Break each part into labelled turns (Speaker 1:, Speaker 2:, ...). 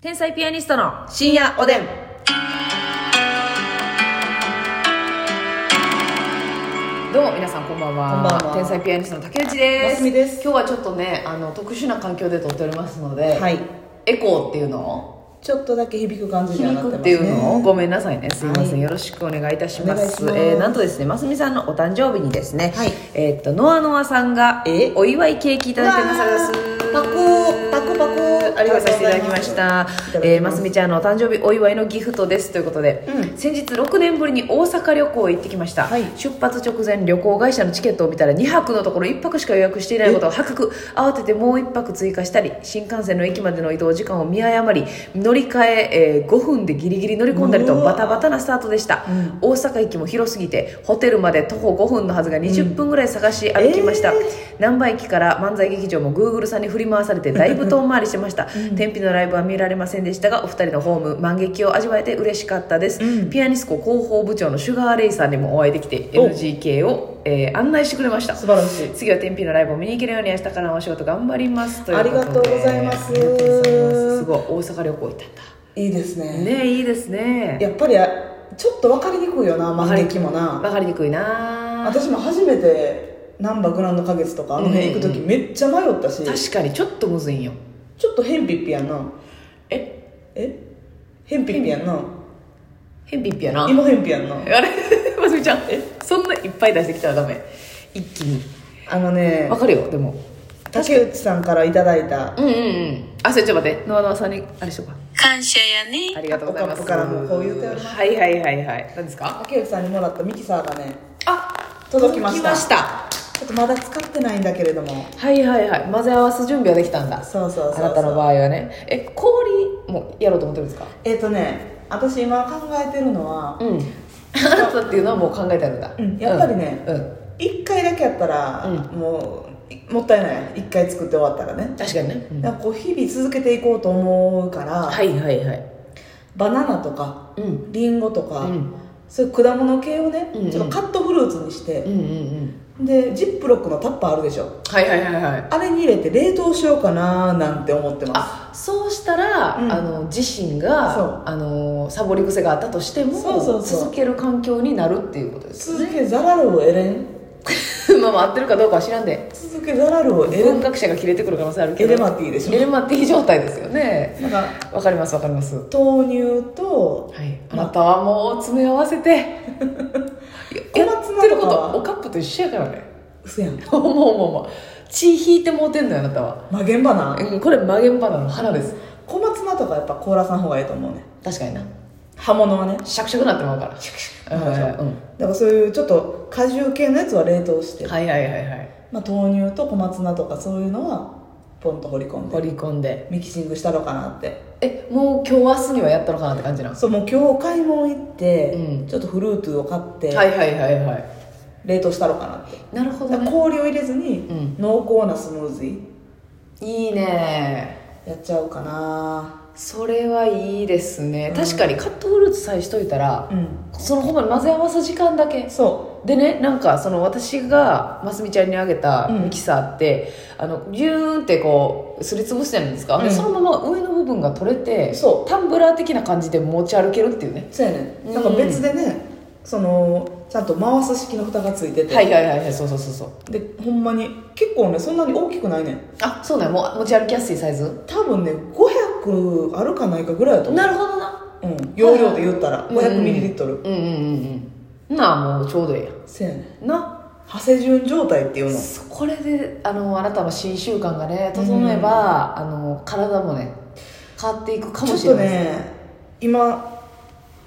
Speaker 1: 天才ピアニストの
Speaker 2: 深夜おでん。
Speaker 1: どうも皆さんこんばんは
Speaker 2: こんばんは
Speaker 1: 天才ピアニストの竹内です
Speaker 2: ますみです
Speaker 1: 今日はちょっとねあの特殊な環境で撮っておりますので、
Speaker 2: はい
Speaker 1: エコーっていうのを
Speaker 2: ちょっとだけ響く感じには
Speaker 1: 響
Speaker 2: なって
Speaker 1: く
Speaker 2: ます、ね。
Speaker 1: っていうのをごめんなさいねすいません、
Speaker 2: はい
Speaker 1: よろしくお願いいたしま
Speaker 2: お願い
Speaker 1: す
Speaker 2: します
Speaker 1: えーなんとですねますみさんのお誕生日にですね、
Speaker 2: はい
Speaker 1: えーっとノアノアさんが
Speaker 2: え
Speaker 1: お祝いケーキいただいてます
Speaker 2: うわーパコーパコパコー
Speaker 1: ありがとうございますいただきました
Speaker 2: いただきます
Speaker 1: えーますみちゃんのお誕生日お祝いのギフトですということで、
Speaker 2: う
Speaker 1: 先日6年ぶりに大阪旅行へ行ってきました、
Speaker 2: はい
Speaker 1: 出発直前旅行会社のチケットを見たら2泊のところ1泊しか予約していないことを発覚慌ててもう1泊追加したり新幹線の駅までの移動時間を見誤り乗り換ええー5分でギリギリ乗り込んだりと
Speaker 2: うわ
Speaker 1: バタバタなスタートでした、大阪駅も広すぎてホテルまで徒歩5分のはずが20分ぐらい探し歩きました、
Speaker 2: えー
Speaker 1: 難波駅から漫才劇場もグーグルさんに振り回されてだいぶ遠回りしてま した、天日のライブは見られませんでしたがお二人のホーム満劇を味わえて嬉しかったです、ピアニスコ広報部長のシュガーレイさんにもお会いできて
Speaker 2: お
Speaker 1: NGK を、えー案内してくれました
Speaker 2: 素晴らしい。
Speaker 1: 次は天日のライブを見に行けるように明日からのお仕事頑張りますということで
Speaker 2: ありがとうございます
Speaker 1: ありがとうございますすごい大阪旅行行ったんだ
Speaker 2: いいですね。
Speaker 1: ねいいですね
Speaker 2: やっぱりちょっと分かりにくいよな、万劇もな。
Speaker 1: 分かりにくいな
Speaker 2: 私も初めて難波グランド花月とかあの辺行く時めっちゃ迷ったし、
Speaker 1: 確かにちょっとむずいんよ
Speaker 2: ちょっと変ピッピやんな。
Speaker 1: え
Speaker 2: え変ピッピやんな。
Speaker 1: 変ピッピやな
Speaker 2: 今変ピやんな。
Speaker 1: あれ ますみちゃんそんないっぱい出してきたらダメ一気に
Speaker 2: あのね
Speaker 1: わ、かるよでも
Speaker 2: 竹内さんからいただいた
Speaker 1: うんうんうんあそれちょっと待ってノアノアさんにあれしようか
Speaker 3: 感謝やね
Speaker 1: ありがとうございます
Speaker 2: おかっぱからもこう言うております
Speaker 1: はいはいはいはい何ですか
Speaker 2: 竹内さんにもらったミキサーがね、
Speaker 1: あ
Speaker 2: 届きました
Speaker 1: 届きました
Speaker 2: ちょっとまだ使ってないんだけれども、
Speaker 1: はいはいはい混ぜ合わす準備はできたんだ
Speaker 2: そうそうそうそう
Speaker 1: あなたの場合はねえ氷もやろうと思ってるんですか
Speaker 2: えっ、とね私今考えてるのは
Speaker 1: うんあなたっていうのはもう考えてあるんだ、
Speaker 2: うんやっぱりね
Speaker 1: うんうん
Speaker 2: 1回だけやったら、
Speaker 1: う
Speaker 2: もういもったいない1回作って終わったらね、
Speaker 1: 確かにね、うん
Speaker 2: なんかこう日々続けていこうと思うから、
Speaker 1: はいはいはい
Speaker 2: バナナとか
Speaker 1: うん
Speaker 2: リンゴとか、
Speaker 1: うん
Speaker 2: そういう果物系をね、
Speaker 1: うんうん
Speaker 2: ちょっとカットフルーツにして
Speaker 1: うんう、んうん
Speaker 2: でジップロックのタッパーあるでしょ
Speaker 1: はいはいはいはい
Speaker 2: あれに入れて冷凍しようかななんて思ってます
Speaker 1: あそうしたら、
Speaker 2: うん
Speaker 1: あの自身
Speaker 2: そう
Speaker 1: があのサボり癖があったとしても
Speaker 2: そうそうそう
Speaker 1: 続ける環境になるっていうことです
Speaker 2: 続けざらるを得れん
Speaker 1: まあまあ合ってるかどうかは知らんで
Speaker 2: 続けざらるを得れ
Speaker 1: 文
Speaker 2: ん
Speaker 1: 学者が切れてくる可能性あるけ
Speaker 2: エ
Speaker 1: ど
Speaker 2: レマティでし
Speaker 1: エ
Speaker 2: ょ
Speaker 1: レマティ状態ですよね
Speaker 2: なんか
Speaker 1: わかりますわかりますは
Speaker 2: 豆乳と
Speaker 1: いあなたはもう詰め合わせてや
Speaker 2: 小松菜とかは
Speaker 1: ってることおカップと一緒やからね
Speaker 2: 嘘やん
Speaker 1: もうもうもう血引いてもうてんのよあなたは、
Speaker 2: まあ現場な
Speaker 1: うん、これマゲンバナの花です
Speaker 2: 小松菜とかやっぱ凍らさん方がいいと思うね
Speaker 1: 確かにな
Speaker 2: 葉物はね
Speaker 1: シャクシャクなってまうから
Speaker 2: なるでしょ
Speaker 1: うん
Speaker 2: だからそういうちょっと果汁系のやつは冷凍して、
Speaker 1: はいはいはいはい
Speaker 2: まあ、豆乳と小松菜とかそういうのはポンと掘り込ん
Speaker 1: 掘
Speaker 2: で
Speaker 1: り込んで
Speaker 2: ミキシングしたろうかなって
Speaker 1: えもう今日明日にはやったのかなって感じなん
Speaker 2: そうもう今日買い物行って、
Speaker 1: うん
Speaker 2: ちょっとフルーツを買って、
Speaker 1: はいはいはいはい
Speaker 2: 冷凍したろうかなって
Speaker 1: なるほ
Speaker 2: だ
Speaker 1: ど
Speaker 2: から
Speaker 1: ね
Speaker 2: 氷を入れずに、
Speaker 1: うん
Speaker 2: 濃厚なスムージ
Speaker 1: いいね
Speaker 2: ーやっちゃおうかな
Speaker 1: それはいいですね、確かにカットフルーツさえしといたら、
Speaker 2: うん
Speaker 1: そのほんまに混ぜ合わす時間だけ
Speaker 2: そ
Speaker 1: でねなんかその私がますみちゃんにあげたミキサーって、あのギューンってこうすりつぶしてるんですか、で
Speaker 2: うん
Speaker 1: そのまま上の部分が取れて
Speaker 2: そう
Speaker 1: タンブラー的な感じで持ち歩けるっていうね
Speaker 2: うそうやねなんか別でね、そのちゃんと回す式の蓋がついてて、
Speaker 1: はいはいはいはいそうそうそうそう
Speaker 2: でほんまに結構ねそんなに大きくないねん
Speaker 1: あそうなんやもう持ち歩きやすいサイズ
Speaker 2: 多分ね500あるかないかぐらいだと思
Speaker 1: なるほどな
Speaker 2: う、うん、容量で言ったら 500ml、
Speaker 1: うんうんうんうんなあもうちょうどええや
Speaker 2: せやねん
Speaker 1: んな
Speaker 2: ハセ順状態っていうの
Speaker 1: そこれであのあなたの新習慣がね整えば、あの体もね変わっていくか
Speaker 2: ちょ
Speaker 1: も
Speaker 2: っ
Speaker 1: しれ
Speaker 2: と
Speaker 1: ないです
Speaker 2: ね今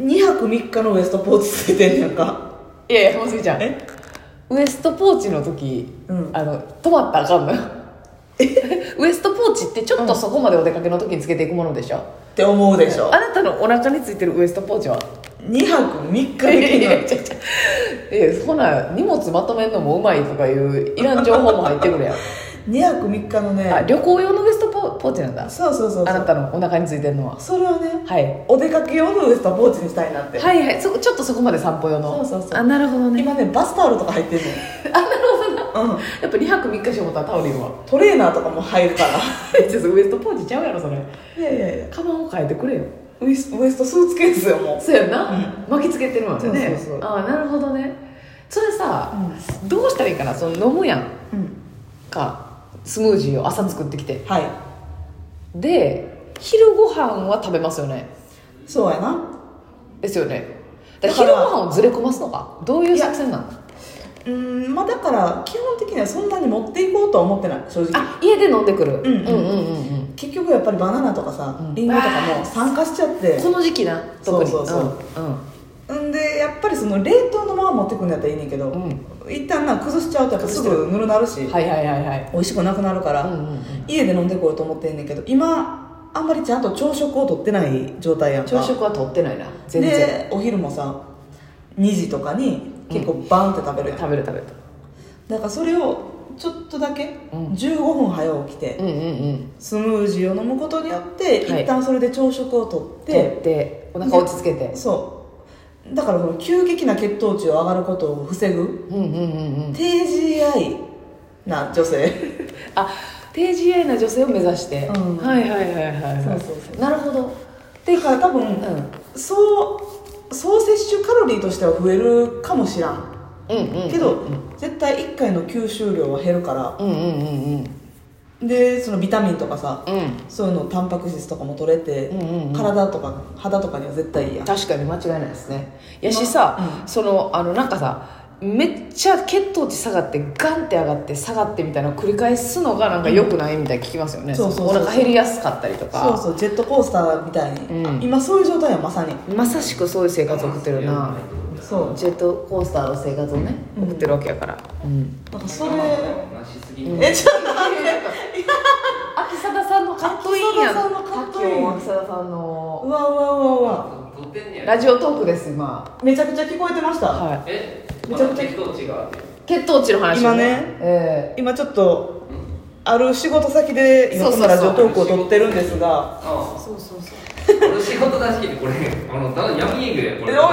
Speaker 2: 2泊3日のウエストポーチついてんねやんか
Speaker 1: いやいやもうすぎちゃん
Speaker 2: え
Speaker 1: ウエストポーチの時、
Speaker 2: うん
Speaker 1: あの止まったらあかんのよ ウエストポーチってちょっとそこまでお出かけの時につけていくものでしょ、
Speaker 2: って思うでしょ
Speaker 1: あなたのお腹についてるウエストポーチは
Speaker 2: 2泊3日
Speaker 1: いや
Speaker 2: で
Speaker 1: い
Speaker 2: き
Speaker 1: や
Speaker 2: る
Speaker 1: い やいやほな荷物まとめんのもうまいとかいういらん情報も入って くるやん
Speaker 2: 2泊3日の
Speaker 1: あ
Speaker 2: ね
Speaker 1: 旅行用のウエストポポーチなんだ
Speaker 2: そうそうそうそ
Speaker 1: あな
Speaker 2: う
Speaker 1: たのお腹についてるのは
Speaker 2: それはね
Speaker 1: はい
Speaker 2: お出かけ用のウエストポーチにしたいなって、
Speaker 1: はいはいそちょっとそこまで散歩用の
Speaker 2: そうそうそう
Speaker 1: あなるほどね
Speaker 2: 今ねバスタオルとか入ってんねん
Speaker 1: あなるほどな
Speaker 2: うん
Speaker 1: やっぱ2泊3日しようと思ったら倒れるわ
Speaker 2: トレーナーとかも入るから
Speaker 1: ちょっとウエストポーチちゃうやろそれ
Speaker 2: いやいやいや
Speaker 1: カバンを変えてくれよ
Speaker 2: ウエスウエストスーツケースよもう、
Speaker 1: そうやんな、巻きつけてるわね
Speaker 2: そうそうそう
Speaker 1: ああなるほどねそれさ、どうしたらいいかなその飲むやん
Speaker 2: うん、
Speaker 1: かスムージーを朝作ってきて
Speaker 2: は
Speaker 1: で昼ご飯は食べますよね
Speaker 2: いそうやな
Speaker 1: ですよねだか
Speaker 2: だからら
Speaker 1: 昼ご飯をずれ込ますのかどういう作戦なの
Speaker 2: うんまあだから基本的にはそんなに持っていこうとは思ってない正直
Speaker 1: あ家で飲んでくる、
Speaker 2: んうん
Speaker 1: うんうんうんうん
Speaker 2: 結局やっぱりバナナとかさ、
Speaker 1: うん
Speaker 2: リンゴとかも酸化しちゃって
Speaker 1: この時期な特に
Speaker 2: そうそうそんでやっぱりその冷凍のまま持ってくんやったらいいねんけど、
Speaker 1: うん、うんうん
Speaker 2: 一旦な崩しちゃうとやっぱすぐぬるなるし、
Speaker 1: はいはいはいはい
Speaker 2: 美味しくなくなるから、
Speaker 1: うんうんうん
Speaker 2: 家で飲んでこようと思ってんねんけど今あんまりちゃんと朝食をとってない状態やんか
Speaker 1: 朝食は取ってないな全然
Speaker 2: でお昼もさ2時とかに結構バンって食べるやん、
Speaker 1: 食べる食べる
Speaker 2: だからそれをちょっとだけ
Speaker 1: うん
Speaker 2: 15分早起きて、
Speaker 1: うんうんうん
Speaker 2: スムージーを飲むことによって
Speaker 1: はい
Speaker 2: 一旦それで朝食をとって、
Speaker 1: 取ってお腹落ち着けて
Speaker 2: そうだからこの急激な血糖値を上がることを防ぐ
Speaker 1: うんうんうんうん
Speaker 2: 低 GI な女性
Speaker 1: あ低 GI な女性を目指して、
Speaker 2: うん
Speaker 1: はいはいはいはいはい
Speaker 2: そうそうそう
Speaker 1: なるほど
Speaker 2: だから多分、
Speaker 1: うん
Speaker 2: そう総摂取カロリーとしては増えるかもしらん
Speaker 1: うんうんうん
Speaker 2: けど、絶対1回の吸収量は減るから
Speaker 1: うんうんうんうん
Speaker 2: でそのビタミンとかさ
Speaker 1: うん
Speaker 2: そういうのタンパク質とかも取れて、
Speaker 1: うんうんうん
Speaker 2: 体とか肌とかには絶対いいやん
Speaker 1: 確かに間違いないですねやしさ、そのあのなんかさめっちゃ血糖値下がってガンって上がって下がってみたいなのを繰り返すのがなんか良くないみたいな聞きますよね、
Speaker 2: そうそうそ
Speaker 1: の
Speaker 2: う
Speaker 1: お腹減りやすかったりとか
Speaker 2: そうそうジェットコースターみたいに、
Speaker 1: うん
Speaker 2: 今そういう状態やんまさに
Speaker 1: まさしくそういう生活を送ってるな
Speaker 2: そう
Speaker 1: ジェットコースターの生活をね
Speaker 2: うん
Speaker 1: 送ってるわけやから、うん
Speaker 2: だからそれ、
Speaker 3: しすぎる
Speaker 2: えちょっと
Speaker 1: 秋貞さんのカットインやん
Speaker 2: 秋貞さんのカットイン
Speaker 1: さっきの秋貞さんの
Speaker 2: うわうわうわうわ
Speaker 3: 撮ってんねや
Speaker 1: ラジオトークです今
Speaker 2: めちゃくちゃ聞こえてました、
Speaker 1: は
Speaker 3: え
Speaker 2: めちゃくちゃ
Speaker 3: まだ血糖値があって
Speaker 1: い血糖値の話
Speaker 2: 今ね
Speaker 1: え
Speaker 2: 今ちょっとある仕事先で
Speaker 1: そ
Speaker 2: 今
Speaker 1: う
Speaker 2: こ
Speaker 1: そうそ
Speaker 2: の
Speaker 1: う
Speaker 2: ラジオトークを撮ってるんですが
Speaker 3: あ
Speaker 1: えそうそうそう
Speaker 3: あ俺仕事出し切ってこれあのだ闇営業やこ
Speaker 2: えおい
Speaker 3: れ
Speaker 2: おいおい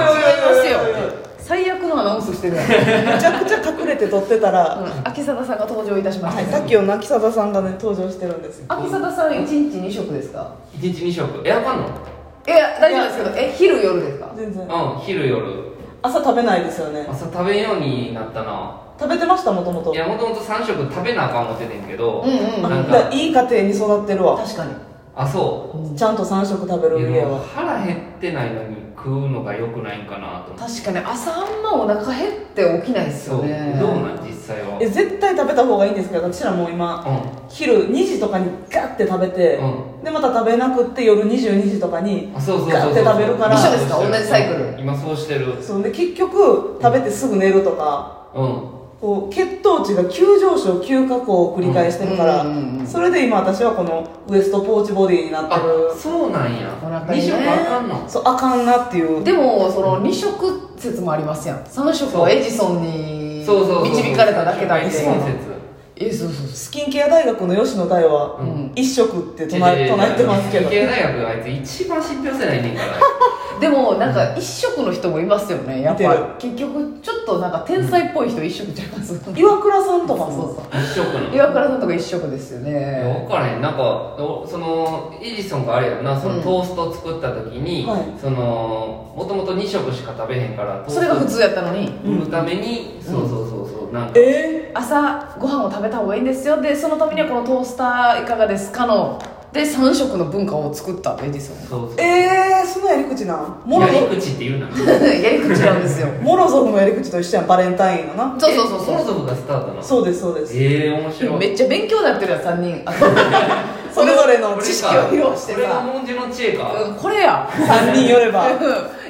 Speaker 2: おい
Speaker 1: 違い
Speaker 2: おい
Speaker 1: ますよ最悪のアナウンスしてるやん
Speaker 2: めちゃくちゃ隠れて撮ってたら、
Speaker 1: 秋貞さんが登場いたしま
Speaker 2: はい、
Speaker 1: し
Speaker 2: さ
Speaker 1: た、
Speaker 2: っきの泣きさださんがね登場してるんですよ
Speaker 1: 秋貞さん1日2食ですか
Speaker 3: 一日二食えあかんの
Speaker 1: いや大丈夫ですけどえ昼夜ですか
Speaker 2: 全然
Speaker 3: うん昼夜
Speaker 2: 朝食べないですよね
Speaker 3: 朝食べんようになったな
Speaker 2: 食べてましたもともと
Speaker 3: いやもともと3食食べなあかん思っててんけど
Speaker 1: うんうん
Speaker 2: あ
Speaker 3: なん
Speaker 2: だから
Speaker 3: か
Speaker 2: いい家庭に育ってるわ
Speaker 1: 確かに
Speaker 3: あそ
Speaker 2: ちゃんと3食食べ
Speaker 3: う
Speaker 2: る
Speaker 3: い
Speaker 2: 家
Speaker 3: やもう
Speaker 2: は
Speaker 3: 腹減ってないのに食うのが良くないんかなと思って
Speaker 1: 確かに朝あんまお腹減って起きないです
Speaker 3: そ
Speaker 1: よ
Speaker 3: うどう
Speaker 1: ね
Speaker 3: なん実際は
Speaker 2: え絶対食べた方がいいんですけど私らもう今
Speaker 3: う
Speaker 2: 昼2時とかにガッて食べて、
Speaker 3: う
Speaker 2: でまた食べなくって夜22時とかに
Speaker 3: んあそうそうそう
Speaker 2: ガ
Speaker 3: そ
Speaker 2: ッ
Speaker 3: う
Speaker 2: て食べるから
Speaker 1: 一緒ですか同じサイクル
Speaker 3: 今そうしてる
Speaker 2: そうで結局食べてすぐ寝るとか
Speaker 3: うん
Speaker 2: こう血糖値が急上昇急下降を繰り返してるから、
Speaker 1: うんうんうんうん
Speaker 2: それで今私はこのウエストポーチボディになって
Speaker 3: あ
Speaker 2: る
Speaker 3: そうなんや
Speaker 1: お腹
Speaker 3: 二
Speaker 1: にね
Speaker 3: 食あかんの
Speaker 2: そうあかんなっていう
Speaker 1: でもその2食説もありますやん3食はエジソンに
Speaker 3: そうそうそう
Speaker 1: 導かれただけだって
Speaker 3: エジソン説
Speaker 1: えそうそうそ
Speaker 2: スキンケア大学の吉野大は
Speaker 3: うん
Speaker 2: 一食って唱え,、唱えてますけど
Speaker 3: 理系大学あいつ一番信憑性ないねんから
Speaker 1: うでもなんか1食の人もいますよねやっ
Speaker 2: 見て
Speaker 1: ぱ結局ちょっとなんか天才っぽい人1食ちゃいますそう
Speaker 2: 岩倉さんとかも
Speaker 1: そうそう
Speaker 3: 一食のいや
Speaker 1: 岩倉さんとか1食ですよね
Speaker 3: 分からへんなんかおそのエジソンがあれやんなそ
Speaker 1: うん
Speaker 3: のトースト作った時に、
Speaker 2: はい
Speaker 3: そのもともと2食しか食べへんからトー
Speaker 1: それが普
Speaker 3: スト
Speaker 1: 通やったのに
Speaker 3: 産むために、そうそうそうそうなんか
Speaker 2: え
Speaker 1: 朝ご飯を食べた方がいいんですよでそのためにはこのトースターいかがですかので3食の文化を作ったエジソン
Speaker 3: そうそう
Speaker 2: ー、えー、そのやり口なんモロ
Speaker 3: やり
Speaker 2: ゾ
Speaker 3: 口って言うな
Speaker 1: やり口なんですよ
Speaker 2: モロゾフのやり口と一緒やんバレンタインのな
Speaker 1: そうそうそう
Speaker 3: えモロ
Speaker 1: そ
Speaker 3: ゾフがスタートなの
Speaker 2: そうですそうです
Speaker 3: ええー、面白
Speaker 1: う
Speaker 3: い
Speaker 1: めっちゃ勉強になってるやん3人
Speaker 2: それぞれの
Speaker 3: これか
Speaker 2: 知識を披露して
Speaker 3: これが
Speaker 2: さ
Speaker 3: 文字の知恵か、
Speaker 1: うんこれや
Speaker 2: 3人よれば
Speaker 1: うん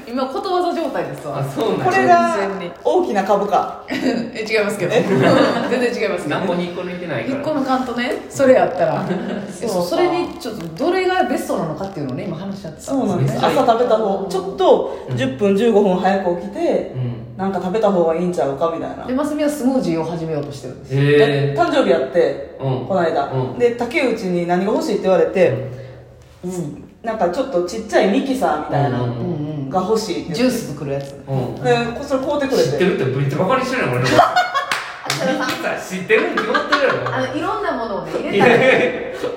Speaker 1: 今ことわざ状態です
Speaker 3: あ
Speaker 1: わ
Speaker 3: そうなん
Speaker 2: こ
Speaker 3: や
Speaker 2: れが大きな株価
Speaker 1: え違いますけどうん 全然違いますけど
Speaker 3: 何もに1個抜いてないか
Speaker 1: 1
Speaker 3: ら
Speaker 1: 個の缶とねそれやったら
Speaker 2: そ
Speaker 1: そう
Speaker 2: か
Speaker 1: うそれにちょっとどれがベストなのかっていうのをね今話し合ってた
Speaker 2: そうなんです
Speaker 3: めっちゃいい
Speaker 2: 朝食べた方ちょっと10分15分早く起きて
Speaker 3: うん
Speaker 2: なんか食べた方がいいんちゃうかみたいな
Speaker 1: でマスミはスムージーを始めようとしてるんです
Speaker 3: へえ
Speaker 2: 誕生日やって
Speaker 3: うん
Speaker 2: この間、
Speaker 3: うん
Speaker 2: で竹内に何が欲しいって言われて、なんかちょっとちっちゃいミキサーみたいな
Speaker 3: うん
Speaker 1: うんうん
Speaker 2: が欲しいって
Speaker 1: ジュース作るやつ
Speaker 3: うん
Speaker 2: でこそれ買うてくれ
Speaker 3: 知って
Speaker 2: て
Speaker 3: るってめっちゃバカにしてるの俺のこと
Speaker 1: 佐田さん
Speaker 3: さん知ってるに決まってるや
Speaker 1: あのいろんなものをね入
Speaker 3: ろ
Speaker 1: れ
Speaker 3: い
Speaker 1: たら
Speaker 3: や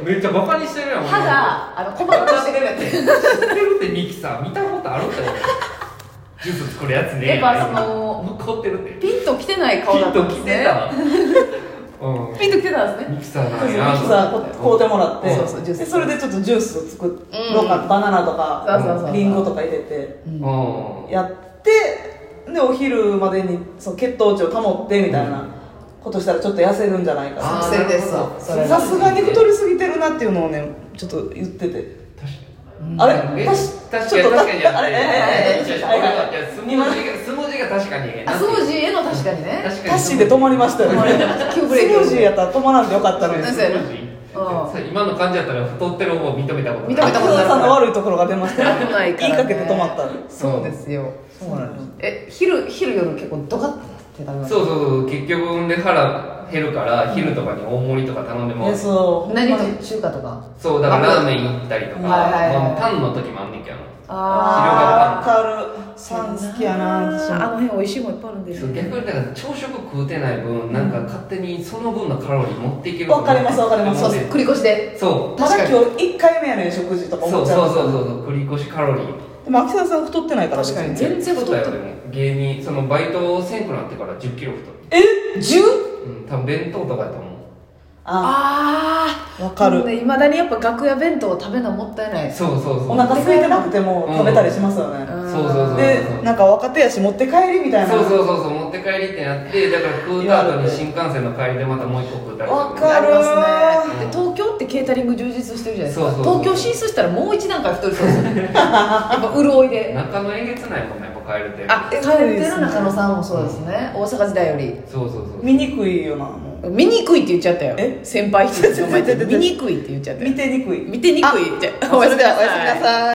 Speaker 3: めっちゃバカにしてるやん
Speaker 1: 歯があの細かくしてくれるやつ
Speaker 3: 知ってるってミキさん見たことあるって俺ジュース作るやつ
Speaker 1: や
Speaker 3: ね
Speaker 1: っぱその
Speaker 3: 怒ってるって
Speaker 1: ピンときてない顔
Speaker 3: ピ
Speaker 1: だっ
Speaker 3: ン
Speaker 1: た
Speaker 3: と
Speaker 1: んで
Speaker 3: き
Speaker 1: す
Speaker 3: て
Speaker 1: ね
Speaker 3: たわうん
Speaker 1: ピンときてたんですね
Speaker 3: ミキさん
Speaker 2: そう
Speaker 3: な
Speaker 2: そ
Speaker 3: ん
Speaker 2: う
Speaker 3: やな
Speaker 2: ミキサーこ買うてもらって
Speaker 1: そうそうジュース
Speaker 2: でそれでちょっとジュースを作ろうか、
Speaker 1: うん
Speaker 2: バナナとか
Speaker 1: そうそうそう
Speaker 2: リンゴとか入れて
Speaker 1: うん
Speaker 3: うん
Speaker 2: やってでお昼までにその血糖値を保ってみたいなことしたらちょっと痩せるんじゃないか
Speaker 1: あ作戦です
Speaker 3: なるほど
Speaker 1: それ
Speaker 2: さすがに太りすぎてるなっていうのをねちょっと言ってて
Speaker 1: うん
Speaker 2: あれ
Speaker 3: え
Speaker 2: たし
Speaker 3: 確かに
Speaker 2: ちょっと
Speaker 3: 確かにじゃ
Speaker 2: あ
Speaker 3: な
Speaker 2: れ
Speaker 3: い
Speaker 2: ええええ
Speaker 3: いやいや
Speaker 2: はいはい
Speaker 3: いや相撲字が相撲字が確かに
Speaker 1: あスムージーへの確かにね
Speaker 3: 確かに
Speaker 2: タッシーで止まりましたよねス
Speaker 1: 急
Speaker 2: ム
Speaker 1: ブレーキ
Speaker 2: ージーやったら止まらんでよかったのに
Speaker 1: うん
Speaker 2: 福
Speaker 1: そうやな
Speaker 3: うん今の感じやったら太ってる方を認めたこと
Speaker 1: 認
Speaker 3: ない
Speaker 1: めたことない
Speaker 2: 田さんの悪いところが出ました
Speaker 1: 危ない
Speaker 2: ね
Speaker 1: からね
Speaker 2: 言いかけて止まった
Speaker 1: そうですよ
Speaker 2: そうなの
Speaker 1: え昼昼夜結構ドカッて食べます
Speaker 3: そうそうそう結局ほんで腹減るから昼とかに大盛りとか頼んでも
Speaker 2: えそう
Speaker 1: 何
Speaker 2: ほんまに
Speaker 1: と中華とか
Speaker 3: そうだからラーメン行ったりとか
Speaker 1: はいはいはい
Speaker 3: まあパンの時もあんねんけど
Speaker 2: あ
Speaker 1: あ
Speaker 2: ーわかるさん好きやな私
Speaker 1: あの辺美味しいもんいっぱいあるんです
Speaker 3: そう逆にだから朝食食うてない分なんか勝手にその分のカロリー持っていける
Speaker 2: わかりますわかります
Speaker 1: そう
Speaker 3: で
Speaker 1: です繰り越しで
Speaker 3: そう
Speaker 2: まだ今日1回目やねん食事とか
Speaker 3: そ
Speaker 2: 思
Speaker 3: う
Speaker 2: っち
Speaker 3: そう
Speaker 2: ゃう
Speaker 3: そうそうそう繰り越しカロリー
Speaker 2: でも秋田さん太ってないから
Speaker 1: 確かに
Speaker 2: 別
Speaker 1: 全然太って
Speaker 3: そうだよね芸人そのバイトせんくなってから1 0キロ太っ
Speaker 1: 十
Speaker 3: たうん多分弁当とかやと思う
Speaker 2: あ
Speaker 1: あ
Speaker 2: わかる
Speaker 1: いまだにやっぱ楽屋弁当を食べるのもったいない
Speaker 3: そうそうそう
Speaker 2: お腹空いてなくても食べたりしますよね、
Speaker 1: うん
Speaker 3: そうそうそう
Speaker 2: でなんか若手やし持って帰りみたいな
Speaker 3: そうそうそうそう持って帰りってなってだから食うた後に新幹線の帰りでまたもう一個食うたりと
Speaker 2: わ
Speaker 3: か
Speaker 2: か
Speaker 1: ありますね
Speaker 3: う
Speaker 1: で
Speaker 3: ん
Speaker 1: 東京ってケータリング充実してるじゃないですか
Speaker 3: そうそうそう
Speaker 1: 東京進出したらもう一段階太るそうです よやっぱ潤いで
Speaker 3: 中野えげつないもんねやっぱ帰るって
Speaker 1: あ帰ってる中野さんもそうですね大阪時代より
Speaker 3: そうそうそう
Speaker 2: 見にくいよなも
Speaker 1: 見にくいって言っちゃったよ
Speaker 2: え
Speaker 1: 先輩人に
Speaker 2: ちょちょちょちょ
Speaker 1: 見にくいって言っちゃっ
Speaker 2: う
Speaker 1: た
Speaker 2: 見
Speaker 1: よ
Speaker 2: てにくい
Speaker 1: 見てにくいって
Speaker 2: それではおやすみなさい